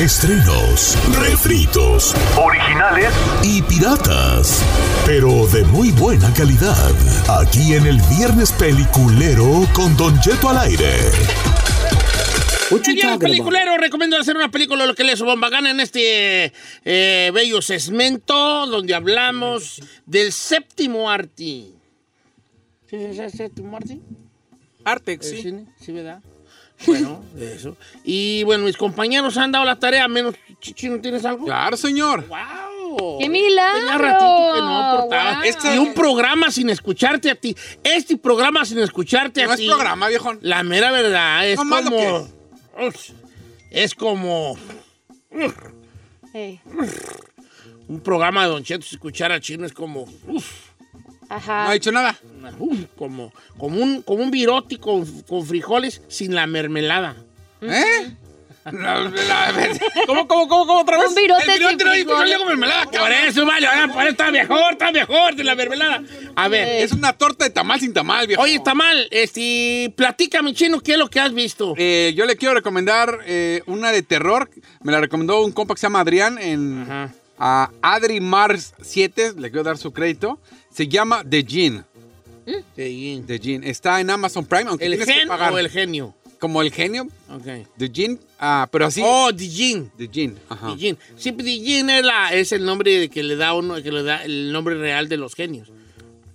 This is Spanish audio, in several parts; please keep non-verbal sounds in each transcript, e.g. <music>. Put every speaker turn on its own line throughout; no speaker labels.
estrenos, refritos,
Originales
y piratas, pero de muy buena calidad. Aquí en el Viernes Peliculero con Don Jeto al aire.
Señor peliculero, recomiendo hacer una película lo que le bomba gana en este eh, bello segmento donde hablamos del séptimo arte. ¿Sí se dice séptimo arte?
Artex,
¿El
sí.
cine? Eh, Sí, ¿verdad?
<laughs>
Bueno, eso. Y bueno, mis compañeros han dado la tarea, menos Chichino, ¿tienes algo?
Claro, señor.
¡Wow!
¡Qué milagro!
Tenía ratito que no aportaba.
Wow.
Este-
Y un programa sin escucharte a ti. Este programa sin escucharte
No
a
es
ti.
programa, viejón.
La mera verdad es
No, más lo
como. Es. como
Ey,
un programa de Don Cheto. si Escuchar al chino es como. uf,
Ajá.
No ha dicho nada.
una- uf, como, como un, como un virote con, con frijoles sin la mermelada.
¿Eh? La-
<laughs>
la- ¿Cómo, cómo, cómo, cómo otra vez?
Un virote
El virote
sin
no, y
frijoles.
yo le hago mermelada,
Por
cabrón.
eso, vale, ahora, por eso está mejor, está mejor de la mermelada. A ver.
Es una torta de tamal sin tamal, viejo.
Oye, está mal. Este, platícame, chino, ¿qué es lo que has visto?
Eh, yo le quiero recomendar eh, una de terror. Me la recomendó un compa que se llama Adrián en
Ajá.
a Adri Mars 7. Le quiero dar su crédito. Se llama The Gin. The Gin. Está en Amazon Prime, aunque
¿El
tienes que
gen
pagar.
o el genio?
Como el genio.
Ok.
The Gin. Ah, pero así.
Oh, Dijin.
The Gin. Ajá.
Dijin. Sí, pues, Dijin es, la- es el nombre que le da uno, que le da el nombre real de los genios.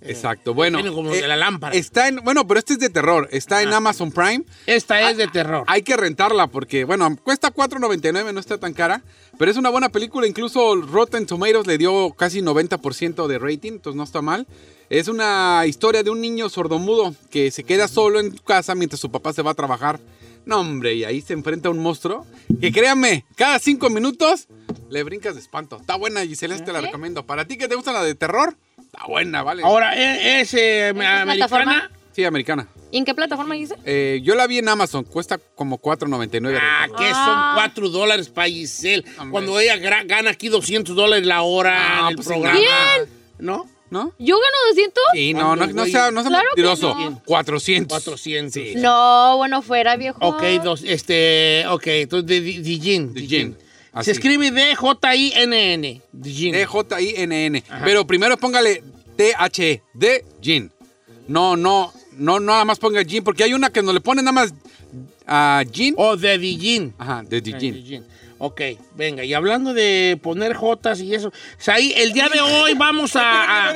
Exacto. Bueno. eh,
genio como de la lámpara.
Está en. Bueno, pero este es de terror. Está en Amazon Prime.
Esta es de terror.
Hay que rentarla porque, bueno, cuesta 4.99, no está tan cara, pero es una buena película. Incluso Rotten Tomatoes le dio casi 90% de rating, entonces no está mal. Es una historia de un niño sordomudo que se queda solo en su casa mientras su papá se va a trabajar. No, hombre, y ahí se enfrenta a un monstruo que, créanme, cada cinco minutos le brincas de espanto. Está buena, Gisela, te la recomiendo. Para ti que te gusta la de terror, está buena, ¿vale?
Ahora, ¿e- ¿es, eh,
plataforma?
americana?
Sí, americana.
¿Y en qué plataforma dice?
Eh, yo la vi en Amazon, cuesta como 4.99.
Ah,
recuerdo.
que son
Ah.
4 dólares para Giselle.
Hombre.
Cuando ella gra- gana aquí 200 dólares la hora
Ah,
en el
pues,
programa.
Bien.
Ah, ¿no?
¿No?
¿Yo gano 200?
Sí, no, no, no
güey?
sea, no sea
Claro que
mentiroso.
no.
400.
400.
No, bueno, fuera, viejo.
Ok, dos, este, ok, entonces de Di- Dijin.
Dijin. Ah,
Dijin.
Así.
Se escribe D-J-I-N-N. Dijin.
D-J-I-N-N. Pero primero póngale T-H-E. De Jin. No, no, no, nada más ponga Jin, porque hay una que nos le pone nada más a Jin.
O de Dijin.
Ajá, de Jin.
Jin. Ok, venga, y hablando de poner jotas y eso, o sea, ahí, el día de hoy vamos a, a-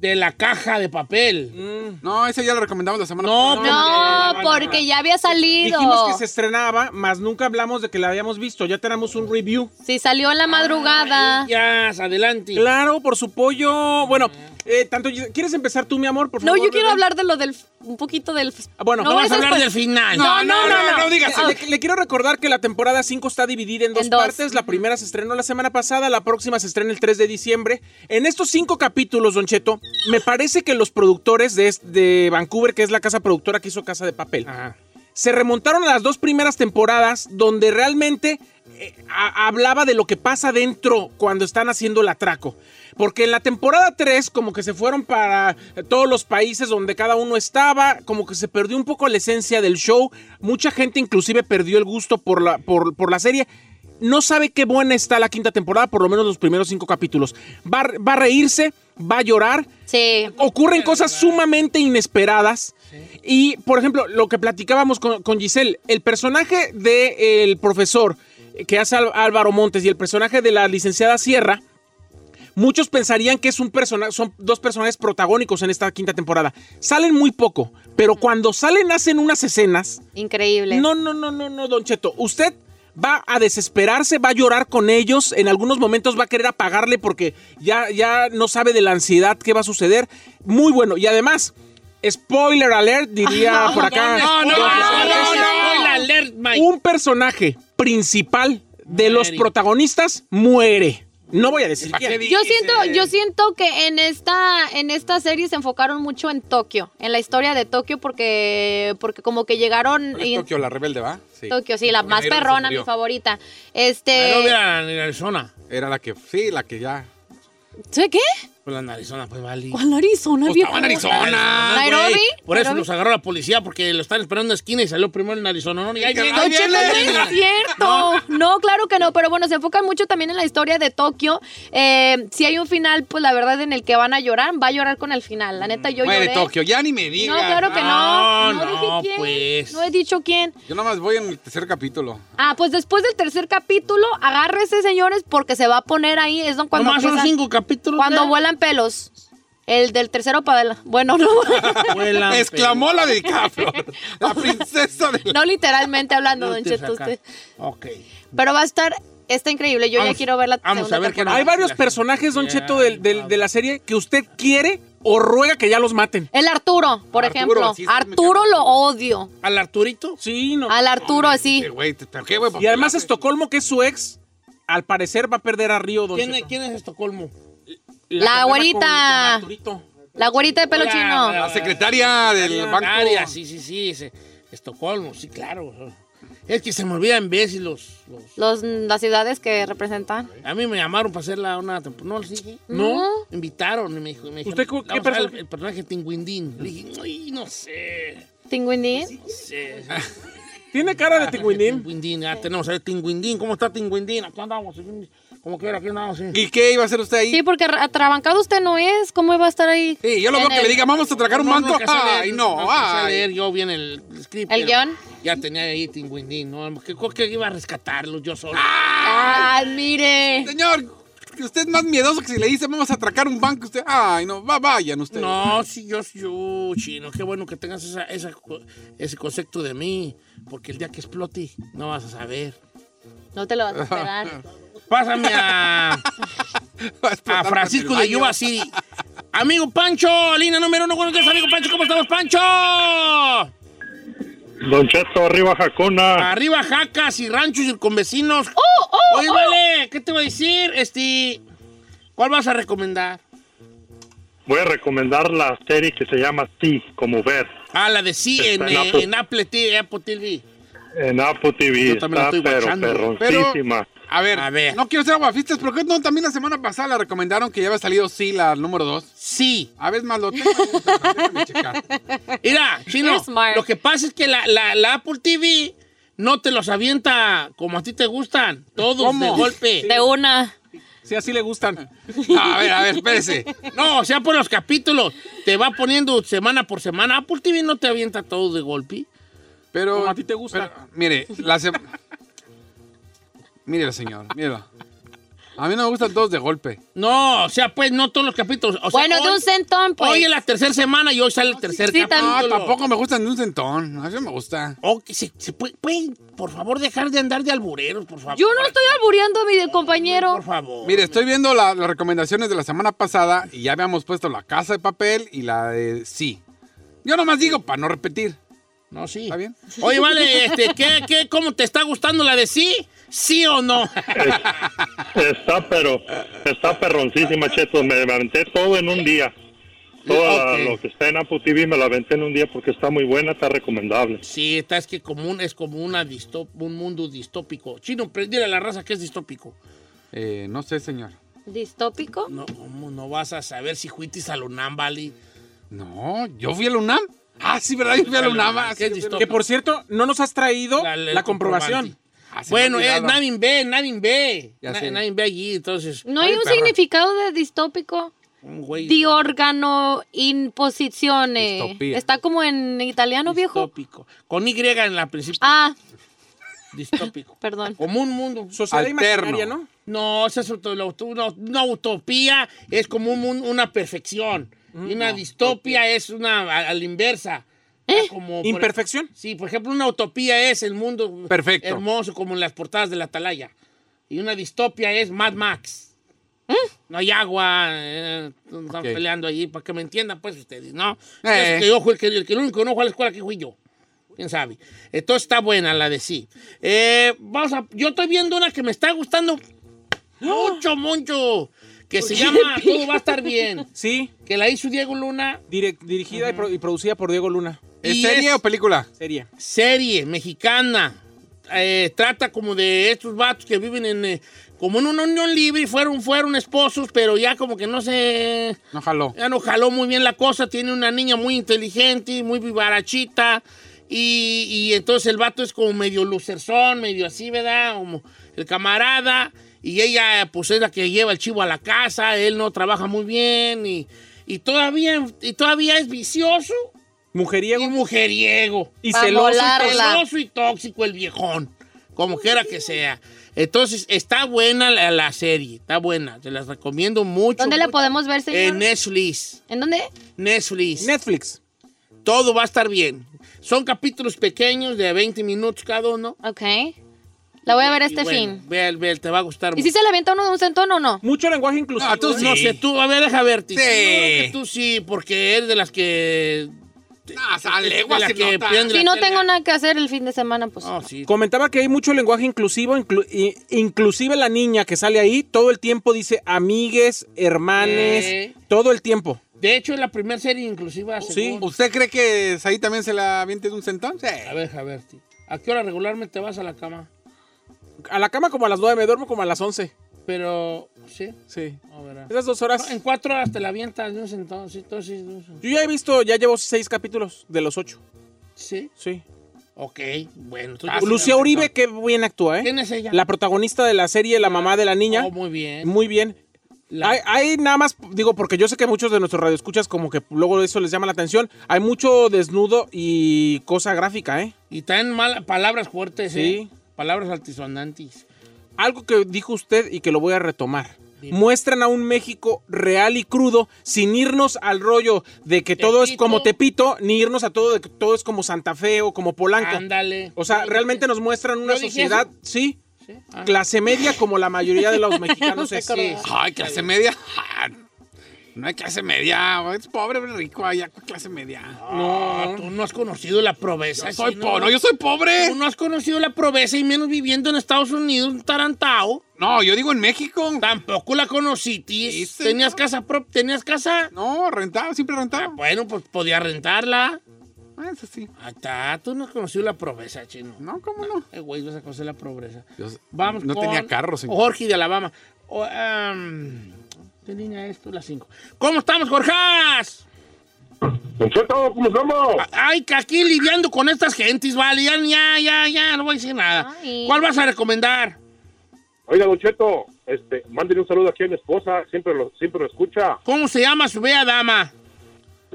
de la caja de
Mm.
papel.
No, esa ya la recomendamos la semana
No,
pasada.
No, porque ya había salido.
Dijimos que se estrenaba, mas nunca hablamos de que la habíamos visto. Ya tenemos un review.
Sí, salió en la madrugada.
Ya, adelante.
Claro, por su pollo. Bueno, eh, tanto ¿quieres empezar tú, mi amor? Por
No,
favor,
yo quiero
Rebeca.
hablar de lo del. Un poquito del.
Ah, bueno,
no,
no
vas a
eso es
hablar
pues-
del final.
No, no, no, no.
digas.
Ah,
Le, le quiero recordar que la temporada 5 está dividida en dos,
En dos.
partes. La primera se estrenó la semana pasada, la próxima se estrena el 3 de diciembre. En estos cinco capítulos, Don Cheto, me parece que los productores de, es- de Vancouver, que es la casa productora que hizo Casa de Papel,
Ajá.
se remontaron a las dos primeras temporadas donde realmente eh, a- hablaba de lo que pasa dentro cuando están haciendo el atraco. Porque en la temporada 3 como que se fueron para eh, todos los países donde cada uno estaba, como que se perdió un poco la esencia del show. Mucha gente inclusive perdió el gusto por la, por, por la serie. No sabe qué buena está la quinta temporada, por lo menos los primeros cinco capítulos. Va, a- va a reírse, va a llorar,
Sí.
ocurren cosas sumamente inesperadas. Y, por ejemplo, lo que platicábamos con, con Giselle, el personaje del profesor eh, que hace Al- Álvaro Montes y el personaje de la licenciada Sierra, muchos pensarían que es un persona son dos personajes protagónicos en esta quinta temporada. Salen muy poco, pero cuando salen hacen unas escenas.
Increíble.
No, no, no, no, no, Don Cheto. Usted va a desesperarse, va a llorar con ellos, en algunos momentos va a querer apagarle porque ya, ya no sabe de la ansiedad que va a suceder. Muy bueno. Y además, spoiler alert, diría por
Ah.
<laughs>
acá.
No, no, no, no,
Don Jesús.
no, no, no, la alert, Mike.
Un personaje principal de los
Muere.
protagonistas muere. No voy a decir quién.
Yo siento, yo siento que en esta, en esta serie se enfocaron mucho en Tokio, en la historia de Tokio, porque, porque como que llegaron y-
Es Tokio, la rebelde, ¿va? Sí.
Tokio, sí, la más
Era la que
perrona,
murió.
mi favorita.
Ah, no,
Este,
mira, la narizona.
Era la que, sí, la que ya.
¿sí qué?
Pues la narizona, pues vale.
¿Cuál Arizona,
Pues
viejo?
estaba en Arizona.
güey.
Nairobi,
Por eso
Nairobi.
los agarró la policía porque lo están esperando en la esquina y salió primero el narizonón. Y ahí viene.
Don Cheto, no es cierto. No, No, claro que no, pero bueno, se enfocan mucho también en la historia de Tokio. Eh, si hay un final, pues la verdad en el que van a llorar, va a llorar con el final. La neta, yo
Muere
lloré.
Tokio, ya ni me digas.
No, claro que no.
No,
No, dije
no,
quién.
pues.
No he dicho quién.
Yo nomás voy en el tercer capítulo.
Ah, pues después del tercer capítulo, agárrese, señores, porque se va a poner ahí. Es don- cuando
Nomás son
empiezan-
cinco capítulos.
Cuando
¿eh?
vuelan pelos. El del tercero para adelante. Bueno, <laughs> no. <laughs>
Vuelan,
Exclamó la de Capro. La princesa de
no literalmente hablando,
pero-
don Cheto. usted.
Ok.
Pero va a estar. Está increíble. Yo ya
Vamos-
quiero ver la
vamos
segunda
a ver qué
temporada.
Hay varios personajes, Don Cheto, del- del- de, la serie que usted quiere o ruega que ya los maten.
El Arturo, por
Arturo,
ejemplo.
sí, sí, me
Arturo
encanta.
lo odio.
¿Al Arturito?
Sí, no.
Al Arturo, sí.
Este, güey, ¿pero qué, güey?
Y además
Porque-
Estocolmo, que es su ex, al parecer va a perder a Río, Don
¿Quién,
Cheto.
quién es Estocolmo?
La
que
güerita.
anda con- con Arturito.
La güerita de pelo
Hola,
chino.
La secretaria del banco.
Área, Ah, sí, sí, sí. ese- Estocolmo, sí, claro. Es que se me olvidan en vez y los, los-
Los, las ciudades que representan.
A mí me llamaron para hacer la, una temporada. No, sí, sí.
No.
Me invitaron y me dijo. me dijeron,
¿Usted cu- qué
"Vamos a ver
personaje?
El, el personaje Tinguindín. Le dije, ay, no sé.
Tinguindín.
No sé.
Tiene cara
<laughs>
de tingüinín.
Tinguindín, ya tenemos a Tinguindín. ¿Cómo está Tinguindín? Aquí andamos. Como quiera, aquí andamos. sí.
¿Y qué iba a hacer usted ahí?
Sí, porque ra- atrabancado usted no es. ¿Cómo va a estar ahí?
Sí, yo lo veo
En
que
el-
le diga, vamos a tragar un banco.
alcancé a
Ay,
leer,
no,
alcancé a
ay.
leer yo bien el script.
¿El
pero
guión?
Ya tenía ahí Tinguindín, ¿no? ¿Qué, qué iba a rescatarlo yo solo?
Ah,
¡Ay, mire!
Señor, usted es más miedoso que si le dice, vamos a atracar un banco. Usted, ay, no, va, vayan ustedes.
No, sí, yo, yo, chino, qué bueno que tengas esa, esa co- ese concepto de mí, porque el día que explote no vas a saber.
No te lo vas a esperar.
Pásame
<laughs>
a,
<laughs> Va a explotar
a
con
Francisco
el
de
baño.
Yuba City. Amigo Pancho, línea número uno, buenos días, amigo Pancho, ¿cómo estamos, Pancho?
Don Cheto, arriba Jacona.
Arriba jacas y ranchos y con
Oh,
vecinos. Oye, vale, ¿qué te voy a decir? Este, ¿cuál vas a recomendar?
Voy a recomendar la serie que se llama Sí, como ver,
Ah, la de sí, en,
Está en
eh,
Apple.
en Apple TV. Apple TV.
en Apple TV.
Yo también la
Está
estoy
pero
guachando,
perroncísima.
A ver,
A ver.
no quiero ser aguafistas, pero creo que no, también la semana pasada le recomendaron que ya había salido sí la número 2.
<laughs>
Sí.
A ver, más lo tengo. ahorita, <laughs> déjame checar.
Mira, chino,
You're smart.
lo que pasa es que la, la- la Apple TV no te los avienta como a ti te gustan, todos de
<laughs>
¿Cómo?
golpe.
De una.
Sí, así le gustan.
A ver, a ver, espérese.
No, o sea, por los capítulos, te va poniendo semana por semana. Apple TV no te avienta todo de golpe.
Pero.
Como a ti te gusta.
pero, mire, la se... Mírelo, señor, mírelo. A mí no me gustan todos de golpe.
No, o sea, pues no todos los capítulos. O sea,
Bueno, de
hoy-
un centón, pues.
Hoy es la tercera semana y hoy sale el tercer
sí,
capítulo.
No,
Tanto.
tampoco me gustan de un centón. A mí me gusta.
Oh, que se, se puede, pueden, por favor, dejar de andar de albureros, por favor.
Yo no estoy albureando a mi compañero.
Por favor.
Mire, estoy viendo la- las recomendaciones de la semana pasada y ya habíamos puesto la casa de papel y la de sí. Yo nomás digo para no repetir.
No, sí.
¿Está bien?
Oye, vale, este, ¿qué, qué, ¿cómo te está gustando la de sí? ¿Sí o
<laughs>
no?
Está pero, está perroncísima, Cheto. Me me aventé todo en un día. Todo
Ok.
lo que está en Apple TV me la aventé en un día porque está muy buena, está recomendable.
Sí, está, es que como un- es como una distó- un mundo distópico. Chino, pre- dile a la raza que es distópico.
Eh, no sé, señor.
¿Distópico?
No, ¿cómo no vas a saber si juitis a Lunam, vale?
No, yo fui a la UNAM. Ah, sí, ¿verdad? Yo fui a la UNAM. Ah, sí,
Qué
yo fui a la
Que
UNAM.
por cierto, no nos has traído la, comprobación.
Ah, se me
Bueno, eh,
ha
es
olvidado.
Navin B, Navin B.
Ya
Na-
sé.
Navin B allí, entonces.
No hay
Ay,
un
perra.
significado de distópico.
Un güey.
Di órgano imposizione.
Distopía.
Está como en italiano, viejo.
distópico. Con Y en la principio.
Ah,
Distópico.
<laughs> perdón.
Como un mundo.
Sociedad
Alterno.
imaginaria, ¿no?
No, esa es otra- la ut- una, una utopía, es como un mun- una perfección. y una distopia es una a, a la inversa.
¿Eh?
Ah, Como por-
Imperfección.
sí, por ejemplo, una utopía es el mundo
Perfecto.
hermoso, como en las portadas de la atalaya. Y una distopia es Mad Max. No hay agua, eh, están
¿Eh? Ok.
peleando allí, para que me entiendan, pues ustedes, ¿no?
Eh.
Es que yo fui el, que, el que- el único que no fue a la escuela que fui yo. ¿Quién sabe? Entonces está buena la de sí. Eh, vamos a, yo estoy viendo una que me está gustando mucho, mucho, que se llama Todo va a estar bien,
Sí,
que la hizo Diego Luna,
dire- dirigida y, pro- y producida por Diego Luna.
¿Es
y
serie
es-
o película?
Serie.
serie mexicana. Eh, trata como de estos vatos que viven en eh, como en una unión libre y fueron, fueron esposos, pero ya como que no se...
No jaló.
Ya no jaló muy bien la cosa. Tiene una niña muy inteligente, muy vivarachita, Y, y entonces el vato es como medio lucerzón, medio así, ¿verdad? Como el camarada. Y ella, pues, es la que lleva el chivo a la casa. Él no trabaja muy bien. Y, y todavía, y todavía es vicioso
Mujeriego
y mujeriego.
y
Vamos,
celoso.
Lara. Carla.
Celoso y tóxico el viejón, como quiera que sea. Entonces, está buena la, la serie, está buena. Se las recomiendo mucho.
¿Dónde la
mucho.
podemos ver, señor?
En Netflix.
¿En dónde?
Netflix.
Netflix.
Todo va a estar bien. Son capítulos pequeños de 20 minutos cada uno.
Ok. La voy a ver
Y
este
bueno,
fin.
Ve, ve, te va a gustar
¿Y si se le avienta uno de un centón o no?
Mucho lenguaje inclusivo.
Ah, tú
¿eh?
sí.
No sé, tú, a ver, deja verte.
Sí.
Yo creo que tú sí, porque eres de las que...
Ah, sale,
de
guas,
las
se
que
nota.
prende la
Si no
tele.
tengo nada que hacer el fin de semana, pues.
No, sí.
Comentaba que hay mucho lenguaje inclusivo, inclu- i- inclusive la niña que sale ahí todo el tiempo dice amigues, hermanes,
Eh.
todo el tiempo.
De hecho, es la primera serie inclusiva. según-
¿Usted cree que ahí también se la aviente de un centón? Sí.
A ver, a ver, ti. ¿A qué hora regularmente vas a la cama?
A la cama como a las 9, me duermo como a las 11.
Pero, sí,
Sí.
a ver.
Esas dos
No,
horas.
En cuatro horas te la avientas, ¿no? Entonces, entonces, entonces,
Yo ya he visto, ya llevo seis capítulos de los ocho.
sí.
Sí.
Ok, bueno.
Ah,
entonces-
Lucía Uribe, que bien actúa, ¿eh?
¿Quién es ella?
La protagonista de la serie, la mamá de la niña.
Oh, muy bien.
Muy bien.
La-
Hay, hay nada más, digo, porque yo sé que muchos de nuestros radioescuchas como que luego eso les llama la atención. Hay mucho desnudo y cosa gráfica, ¿eh?
Y traen malas palabras fuertes,
Sí.
¿eh? Palabras altisonantes.
Algo que dijo usted y que lo voy a retomar. Muestran a un México real y crudo sin irnos al rollo de que todo es
Tepito.
como Tepito, ni irnos a todo de que todo es como Santa Fe o como Polanco.
Ándale.
O sea,
Yo
realmente
dije-
nos muestran una
Yo dije
sociedad, sí,
Sí, ah.
clase media como la mayoría
<laughs>
de los mexicanos es.
Sí.
Ay, clase media. Ah, No hay clase media. Es pobre, pero rico. Ay, ¿cuál clase media.
Ah, tú no has conocido la proveza.
Soy
sí,
pobre. No, yo soy pobre.
Tú no has conocido la proveza y menos viviendo en Estados Unidos, un tarantao.
No, yo digo en México.
Tampoco la conocí,
Sí,
tis.
señor.
¿Tenías casa prop- ¿Tenías casa?
No, rentado, siempre
Ah,
rentado.
bueno, pues podía rentarla.
Ah, Eso sí.
Hasta tú no has conocido la pobreza, chino.
No, ¿cómo no?
Eh, güey, vas a conocer la pobreza.
Yo s-
Vamos
no
con
tenía carro, señor.
Jorge de Alabama. O, am, ¿Qué línea es tú? La 5. ¿Cómo estamos, Jorge?
Don Cheto, ¿cómo estamos?
Ay, que aquí lidiando con estas gentes, vale. Ya, ya, ya, ya, no voy a decir nada.
Ay.
¿Cuál vas a recomendar?
Oiga, Don Cheto, este, mándele un saludo aquí a mi esposa, siempre lo, siempre lo escucha.
¿Cómo se llama su bella dama?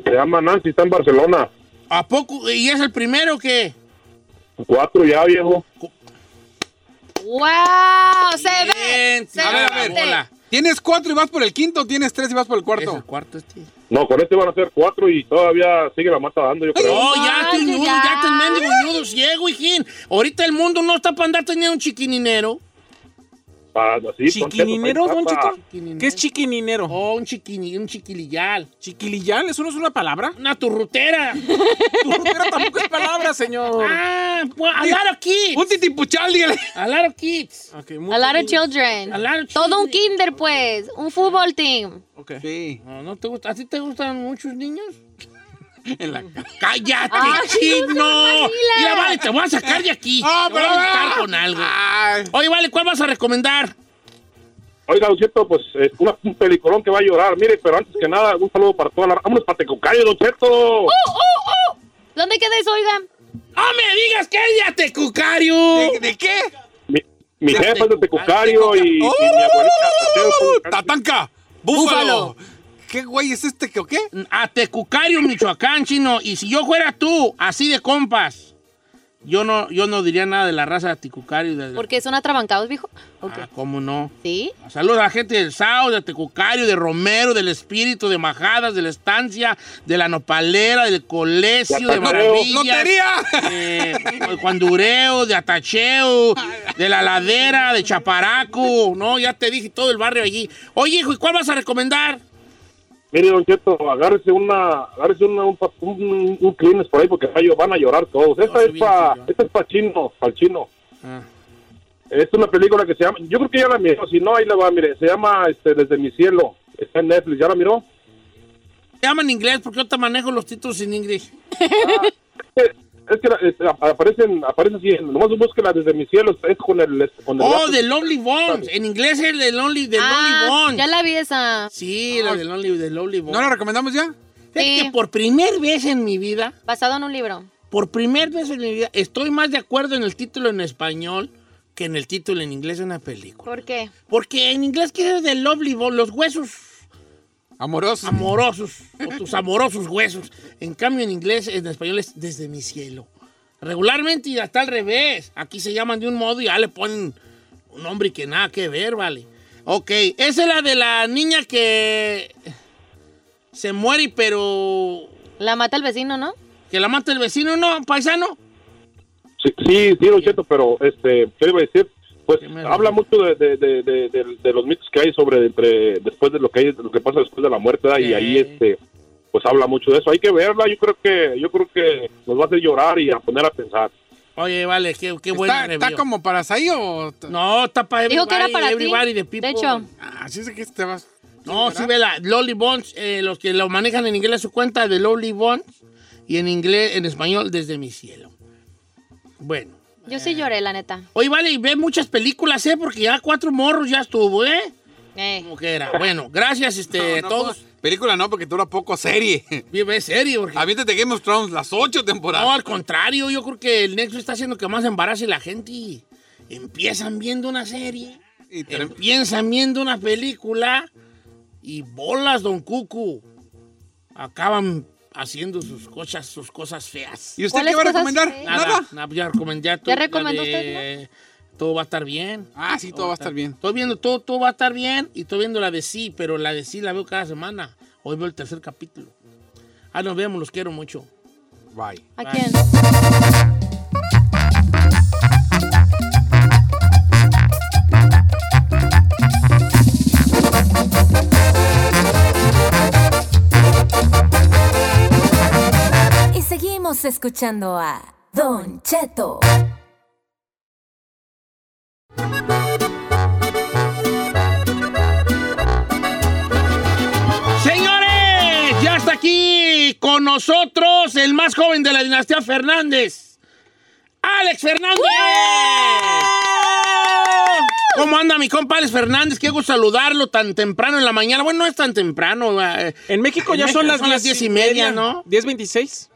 Se llama Nancy, está en Barcelona.
¿A poco? ¿Y es el primero que?
Cuatro ya, viejo.
¡Wow! Se ve.
Bien,
Se
a
ve.
ver, a
se
ver,
ve.
hola.
¿Tienes cuatro y vas por el quinto? ¿Tienes tres y vas por
Es
el
el
cuarto?
cuarto este.
No, con este van a ser cuatro y todavía sigue la mata dando, yo creo.
No, ya estoy
Ay,
nudo,
ya.
ya te mendigo nudo, ciego, hijín. Ahorita el mundo no está para andar teniendo un chiquininero.
Pa- así, Don Cheto,
¿Chiquininero,
pa-
Don Cheto?
Chiquininero.
¿Qué es chiquininero?
Oh, un chiquini, un chiquilillal.
¿Chiquilillal? ¿Eso no es una palabra? <laughs>
Una turrutera.
Tu rutera tampoco es palabra, señor.
ah, pues, a lot of
Un
kids.
titipuchal, dígale.
A lot of kids.
Ok, muy
A lot of
bien.
children.
A lot of
Todo un
children.
kinder, pues. Un fútbol team.
Ok.
Sí,
No, no te gusta. ¿A ti te gustan muchos niños?
en la
¡Cállate,
Ay,
chino!
Ah, no seas mamila.
Mira, vale, te voy a sacar de aquí.
Ah,
te voy a
pero-
aventar con algo.
Ay.
Oye, vale, ¿cuál vas a recomendar?
Oiga, Don Cheto, pues eh, una, un peliculón que va a llorar. Mire, pero antes que nada, un saludo para toda la... ¡Vámonos para Tecocayo, Don
¡Oh!
Cheto!
¿Dónde queda eso, oiga?
¡No me digas que es de Atecucario!
¿De, de qué?
Mi, mi
Ya Ah,
jefa es de
Tecocario.
Tecocario y, y mi abuelita... Mateo,
¡Oh!
con-
¡Tatanca! ¡Búfalo! ¿Qué güey es este que o qué?
Atecucario, Michoacán, chino. Y si yo fuera tú, así de compas, yo no, yo no diría nada de la raza de Atecucario. De,
Porque son atrabancados, viejo. Ok.
Ah, ¿cómo no?
¿Sí?
Saludos a la gente del Sao, de Tecucario, de Romero, del Espíritu, de Majadas, de la Estancia, de la Nopalera, del Colegio, de
Atacheo.
Maravillas.
¡Lotería!
Eh, Cuandureo, de Atacheo, de La Ladera, de Chaparaco. No, ya te dije todo el barrio allí. Oye, hijo, ¿y cuál vas a recomendar?
Mire, Don Cheto, agárrese una, agárrese una, un, pa- un, un Kleenex por ahí porque ay, van a llorar todos. Esta
soy
es
bien
para
chillón.
esta es pa chino, para chino.
Ah.
Es una película que se llama, yo creo que ya la miró, si no, ahí la va, mire, se llama este, Desde mi cielo, está en Netflix, ¿ya la miró?
Llaman en inglés porque yo te manejo los títulos en inglés.
Eh, Es que la- es- ap- aparecen, aparece así, nomás búsquela desde mi cielo, es con el... este, Con el
Oh,
lápiz.
The Lonely Bones. En inglés es The Lonely, the
Ah,
Lonely Bones.
ya la vi esa.
Sí, la de Lonely, the Lonely Bones.
¿No la recomendamos ya?
Fíjate
Sí.
que por primera vez en mi vida
Basado en un libro.
Por primera vez en mi vida estoy más de acuerdo en el título en español que en el título en inglés de una película.
¿Por qué?
Porque en inglés quiere de lovely bone, los huesos
Amoroso.
amorosos, o tus amorosos huesos. En cambio en inglés, en español es desde mi cielo. Regularmente y hasta al revés. Aquí se llaman de un modo y ya le ponen un nombre que nada que ver, vale. Ok, esa es la de la niña que se muere pero
La mata el vecino, ¿no?
que la mata el vecino, ¿no, paisano?
Sí, sí, sí, Don Cheto, pero este, ¿qué le iba a decir? Pues
Qué mero.
habla mucho de, de, de, de, de- de los mitos que hay sobre entre después de lo que hay, de lo que pasa después de la muerte ¿verdad?
Sí.
y ahí este pues habla mucho de eso. Hay que verla, yo creo que yo creo que nos va a hacer llorar y a poner a pensar.
Oye, vale, qué, qué buen
¿Está, está
review.
como para Sai o...? t-
No, está para everybody,
Dijo que era para ti.
everybody de people.
De hecho,
Ah, sí sé que te vas...
No, sí,
¿verdad?
vela. Lolly Bones, eh, los que lo manejan en inglés su cuenta de Lolly Bones y en inglés, en español, desde mi cielo. Bueno.
yo sí lloré, la neta.
Oye, vale, y ve muchas películas, ¿eh? Porque ya cuatro morros ya estuvo, ¿eh?
Eh.
Como que era. Bueno,
<laughs>
gracias, este,
No, no,
todos.
po- Película no, porque dura poco. Serie. <laughs>
Vive serio, porque.
Aviéntate Game of Thrones, las ocho temporadas.
No, al contrario, yo creo que el Nexo está haciendo que más embarace la gente y empiezan viendo una serie.
Y te-
Empiezan viendo una película y bolas, don Cucu. Acaban haciendo sus cosas, sus cosas feas.
¿Y usted
¿Cuáles
qué va a
cosas
recomendar?
hay?
Nada.
ya recomendé a tu-
¿Ya recomendó
la Todo va a estar bien.
Ah, sí, todo va a estar bien.
Estoy viendo todo, todo va a estar bien y estoy viendo la de sí, pero la de sí la veo cada semana. Hoy veo el tercer capítulo. Ah, nos vemos, los quiero mucho.
Bye.
¿A quién?
Y seguimos escuchando a Don Cheto.
Señores, ya está aquí con nosotros el más joven de la dinastía Fernández, Alex Fernández. ¿Cómo anda mi compa Alex Fernández? Qué gusto saludarlo tan temprano en la mañana. Bueno, no es tan temprano. eh,
En México ya
En
son,
México
las,
son las diez y media, ¿no?
10.26.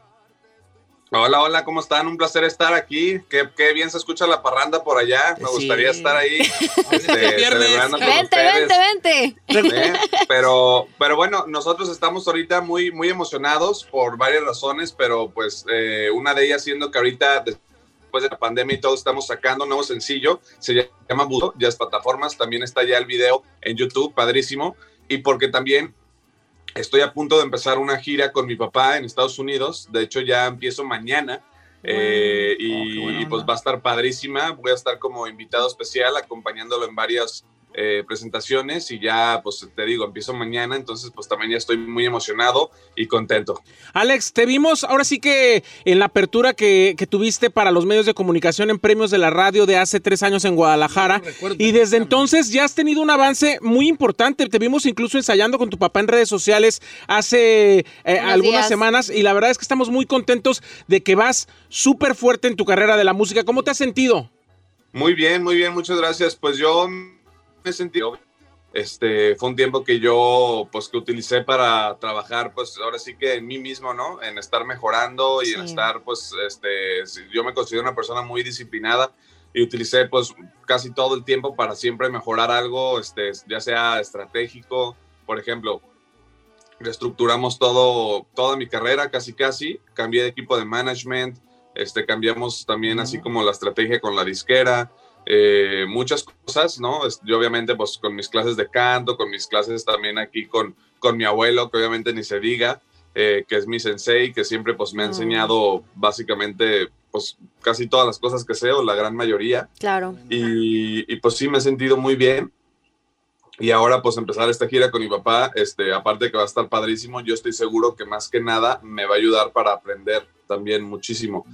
Hola, hola, ¿cómo están? Un placer estar aquí. Qué, qué bien se escucha la parranda por allá. Me
Sí.
gustaría estar ahí este,
viernes.
celebrando con
Vente,
ustedes.
vente, vente.
¿eh? Pero, pero bueno, nosotros estamos ahorita muy, muy emocionados por varias razones, pero pues eh, una de ellas siendo que ahorita después de la pandemia y todo estamos sacando un nuevo sencillo, se llama Budo, ya es plataformas, también está ya el video en YouTube, padrísimo, y porque también estoy a punto de empezar una gira con mi papá en Estados Unidos, de hecho ya empiezo mañana. eh,
Oh, qué
y,
buena
y pues
onda.
va a estar padrísima, voy a estar como invitado especial acompañándolo en varias eh, presentaciones y ya, pues te digo, empiezo mañana, entonces pues también ya estoy muy emocionado y contento.
Alex, te vimos ahora sí que en la apertura que, que tuviste para los medios de comunicación en premios de la radio de hace tres años en Guadalajara.
recuerdo
Y desde
perfectamente.
entonces ya has tenido un avance muy importante. Te vimos incluso ensayando con tu papá en redes sociales hace eh, algunas
días.
semanas. Y la verdad es que estamos muy contentos de que vas súper fuerte en tu carrera de la música. ¿Cómo te has sentido?
Muy bien, muy bien, muchas gracias. Pues yo me sentí, este, fue un tiempo que yo, pues que utilicé para trabajar, pues ahora sí que en mí mismo, ¿no? En estar mejorando y en
Sí.
estar, pues, este, si- yo me considero una persona muy disciplinada y utilicé, pues, casi todo el tiempo para siempre mejorar algo, este, ya sea estratégico, por ejemplo. Reestructuramos todo, toda mi carrera, casi casi. Cambié de equipo de management, este, cambiamos también así como la estrategia con la disquera, eh, muchas cosas, ¿no? Es- Yo obviamente pues con mis clases de canto, con mis clases también aquí con, con mi abuelo, que obviamente ni se diga, eh, que es mi sensei, que siempre pues me ha
Ah.
enseñado básicamente pues casi todas las cosas que sé o la gran mayoría.
Claro.
Y, y, pues sí, me he sentido muy bien. Y ahora pues empezar esta gira con mi papá, este, aparte de que va a estar padrísimo, yo estoy seguro que más que nada me va a ayudar para aprender también muchísimo.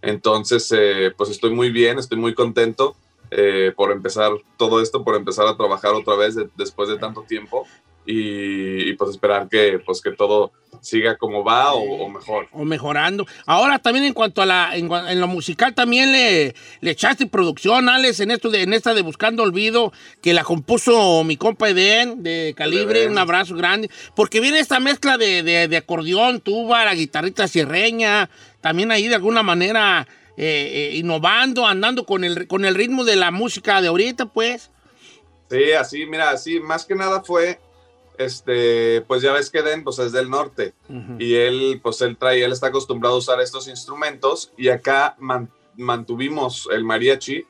Entonces, eh, pues estoy muy bien, estoy muy contento eh, por empezar todo esto, por empezar a trabajar otra vez de- después de tanto tiempo. y, y, pues esperar que, pues, que todo siga como va o, o mejor.
O mejorando. Ahora también en cuanto a la en, cua- en lo musical también le, le echaste producción, Alex, en esto de en esta de Buscando Olvido, que la compuso mi compa Eden de Calibre,
Eden.
un abrazo grande. Porque viene esta mezcla de, de- de acordeón, tuba, la guitarrita sierreña, también ahí de alguna manera eh, eh, innovando, andando con el con el ritmo de la música de ahorita, pues.
Sí, así, mira, así, más que nada fue, este, pues ya ves que Den, pues es del norte y él, pues él trae, él está acostumbrado a usar estos instrumentos y acá man- mantuvimos el mariachi,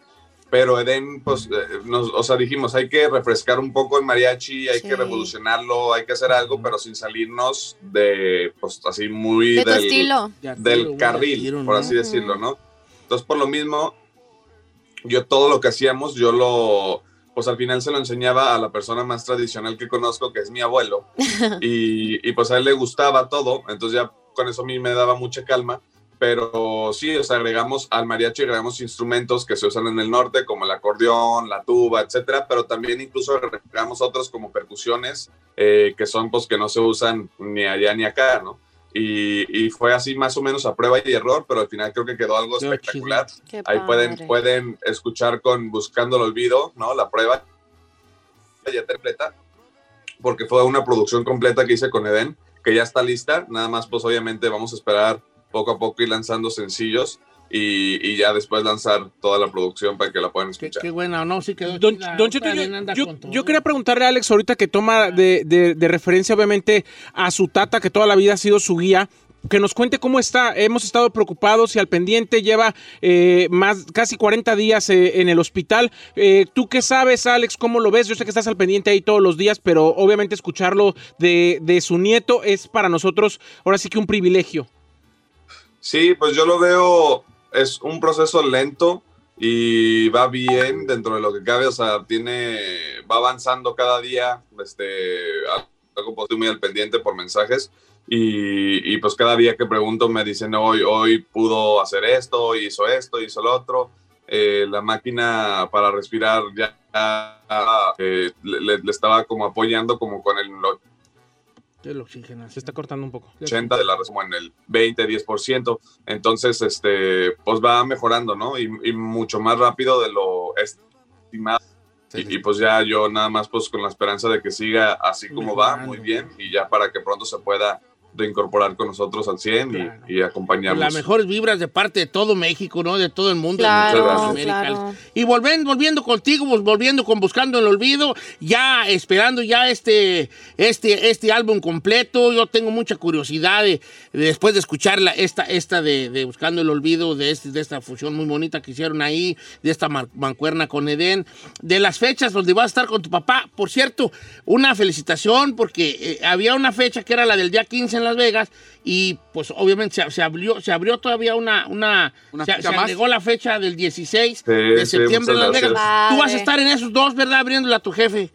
pero Eden, pues, eh, nos, o sea, dijimos, hay que refrescar un poco el mariachi, hay
Sí.
que revolucionarlo, hay que hacer algo, pero sin salirnos de, pues, así muy
de tu
del-
estilo.
Ya tiro,
del
güey, ya
carril,
tiro,
por
¿no?
así decirlo, ¿no? Entonces, por lo mismo, yo todo lo que hacíamos, yo lo, pues al final se lo enseñaba a la persona más tradicional que conozco, que es mi abuelo, <laughs> y, y, pues a él le gustaba todo, entonces ya con eso a mí me daba mucha calma, pero sí, o sea, agregamos al mariachi, agregamos instrumentos que se usan en el norte, como el acordeón, la tuba, etcétera, pero también incluso agregamos otros como percusiones, eh, que son pues que no se usan ni allá ni acá, ¿no? Y, y fue así más o menos a prueba y error, pero al final creo que quedó algo
Quedó
espectacular.
Qué
Ahí pueden,
padre.
pueden escuchar con Buscando el Olvido, ¿no? La prueba ya completa, porque fue una producción completa que hice con Eden, que ya está lista. Nada más, pues obviamente vamos a esperar poco a poco ir lanzando sencillos y, y ya después lanzar toda la producción para que la puedan
Qué,
escuchar.
qué buena, no, sí quedó.
Don,
chida.
don Cheto,
Otra
yo,
bien anda
yo-
con todo.
yo quería preguntarle a Alex ahorita que toma de, de- de referencia obviamente a su tata, que toda la vida ha sido su guía, que nos cuente cómo está. Hemos estado preocupados y al pendiente lleva eh, más casi 40 días eh, en el hospital. Eh, ¿Tú qué sabes, Alex? ¿Cómo lo ves? Yo sé que estás al pendiente ahí todos los días, pero obviamente escucharlo de, de su nieto es para nosotros ahora sí que un privilegio.
Sí, pues yo lo veo, es un proceso lento y va bien dentro de lo que cabe, o sea, tiene, va avanzando cada día, este, algo pues, estoy muy al pendiente por mensajes y, y, pues cada día que pregunto me dicen, hoy, hoy pudo hacer esto, hoy hizo esto, hizo lo otro, Eh, la máquina para respirar ya eh, le, le- le estaba como apoyando como con el
El oxígeno.
Se está cortando un poco.
80 de la res- como en el 20, 10%. Entonces, este, pues va mejorando, ¿no? Y, y mucho más rápido de lo estimado. Y, y, pues ya yo nada más pues con la esperanza de que siga así como va,
Mejorando.
muy bien, y ya para que pronto se pueda reincorporar con nosotros al 100 y-
Claro.
y, acompañarnos.
Las mejores vibras de parte de todo México, ¿no? De todo el mundo.
Claro,
de América.
claro.
Y volviendo, volviendo contigo, vol- volviendo con Buscando el Olvido, ya esperando ya este, este, este álbum completo. Yo tengo mucha curiosidad de- de después de escuchar la- esta, esta de, de Buscando el Olvido, de, este- de esta fusión muy bonita que hicieron ahí, de esta mar- mancuerna con Edén, de las fechas donde vas a estar con tu papá. Por cierto, una felicitación porque eh, había una fecha que era la del día 15 en Las Vegas y pues obviamente se, se abrió, se abrió todavía una, una,
Una
se,
fecha
se
más.
agregó la fecha del 16
Sí,
de
sí,
septiembre en
muchas
Las Vegas.
gracias.
Tú vas a
Padre.
estar en esos dos, ¿verdad? Abriéndole a tu jefe.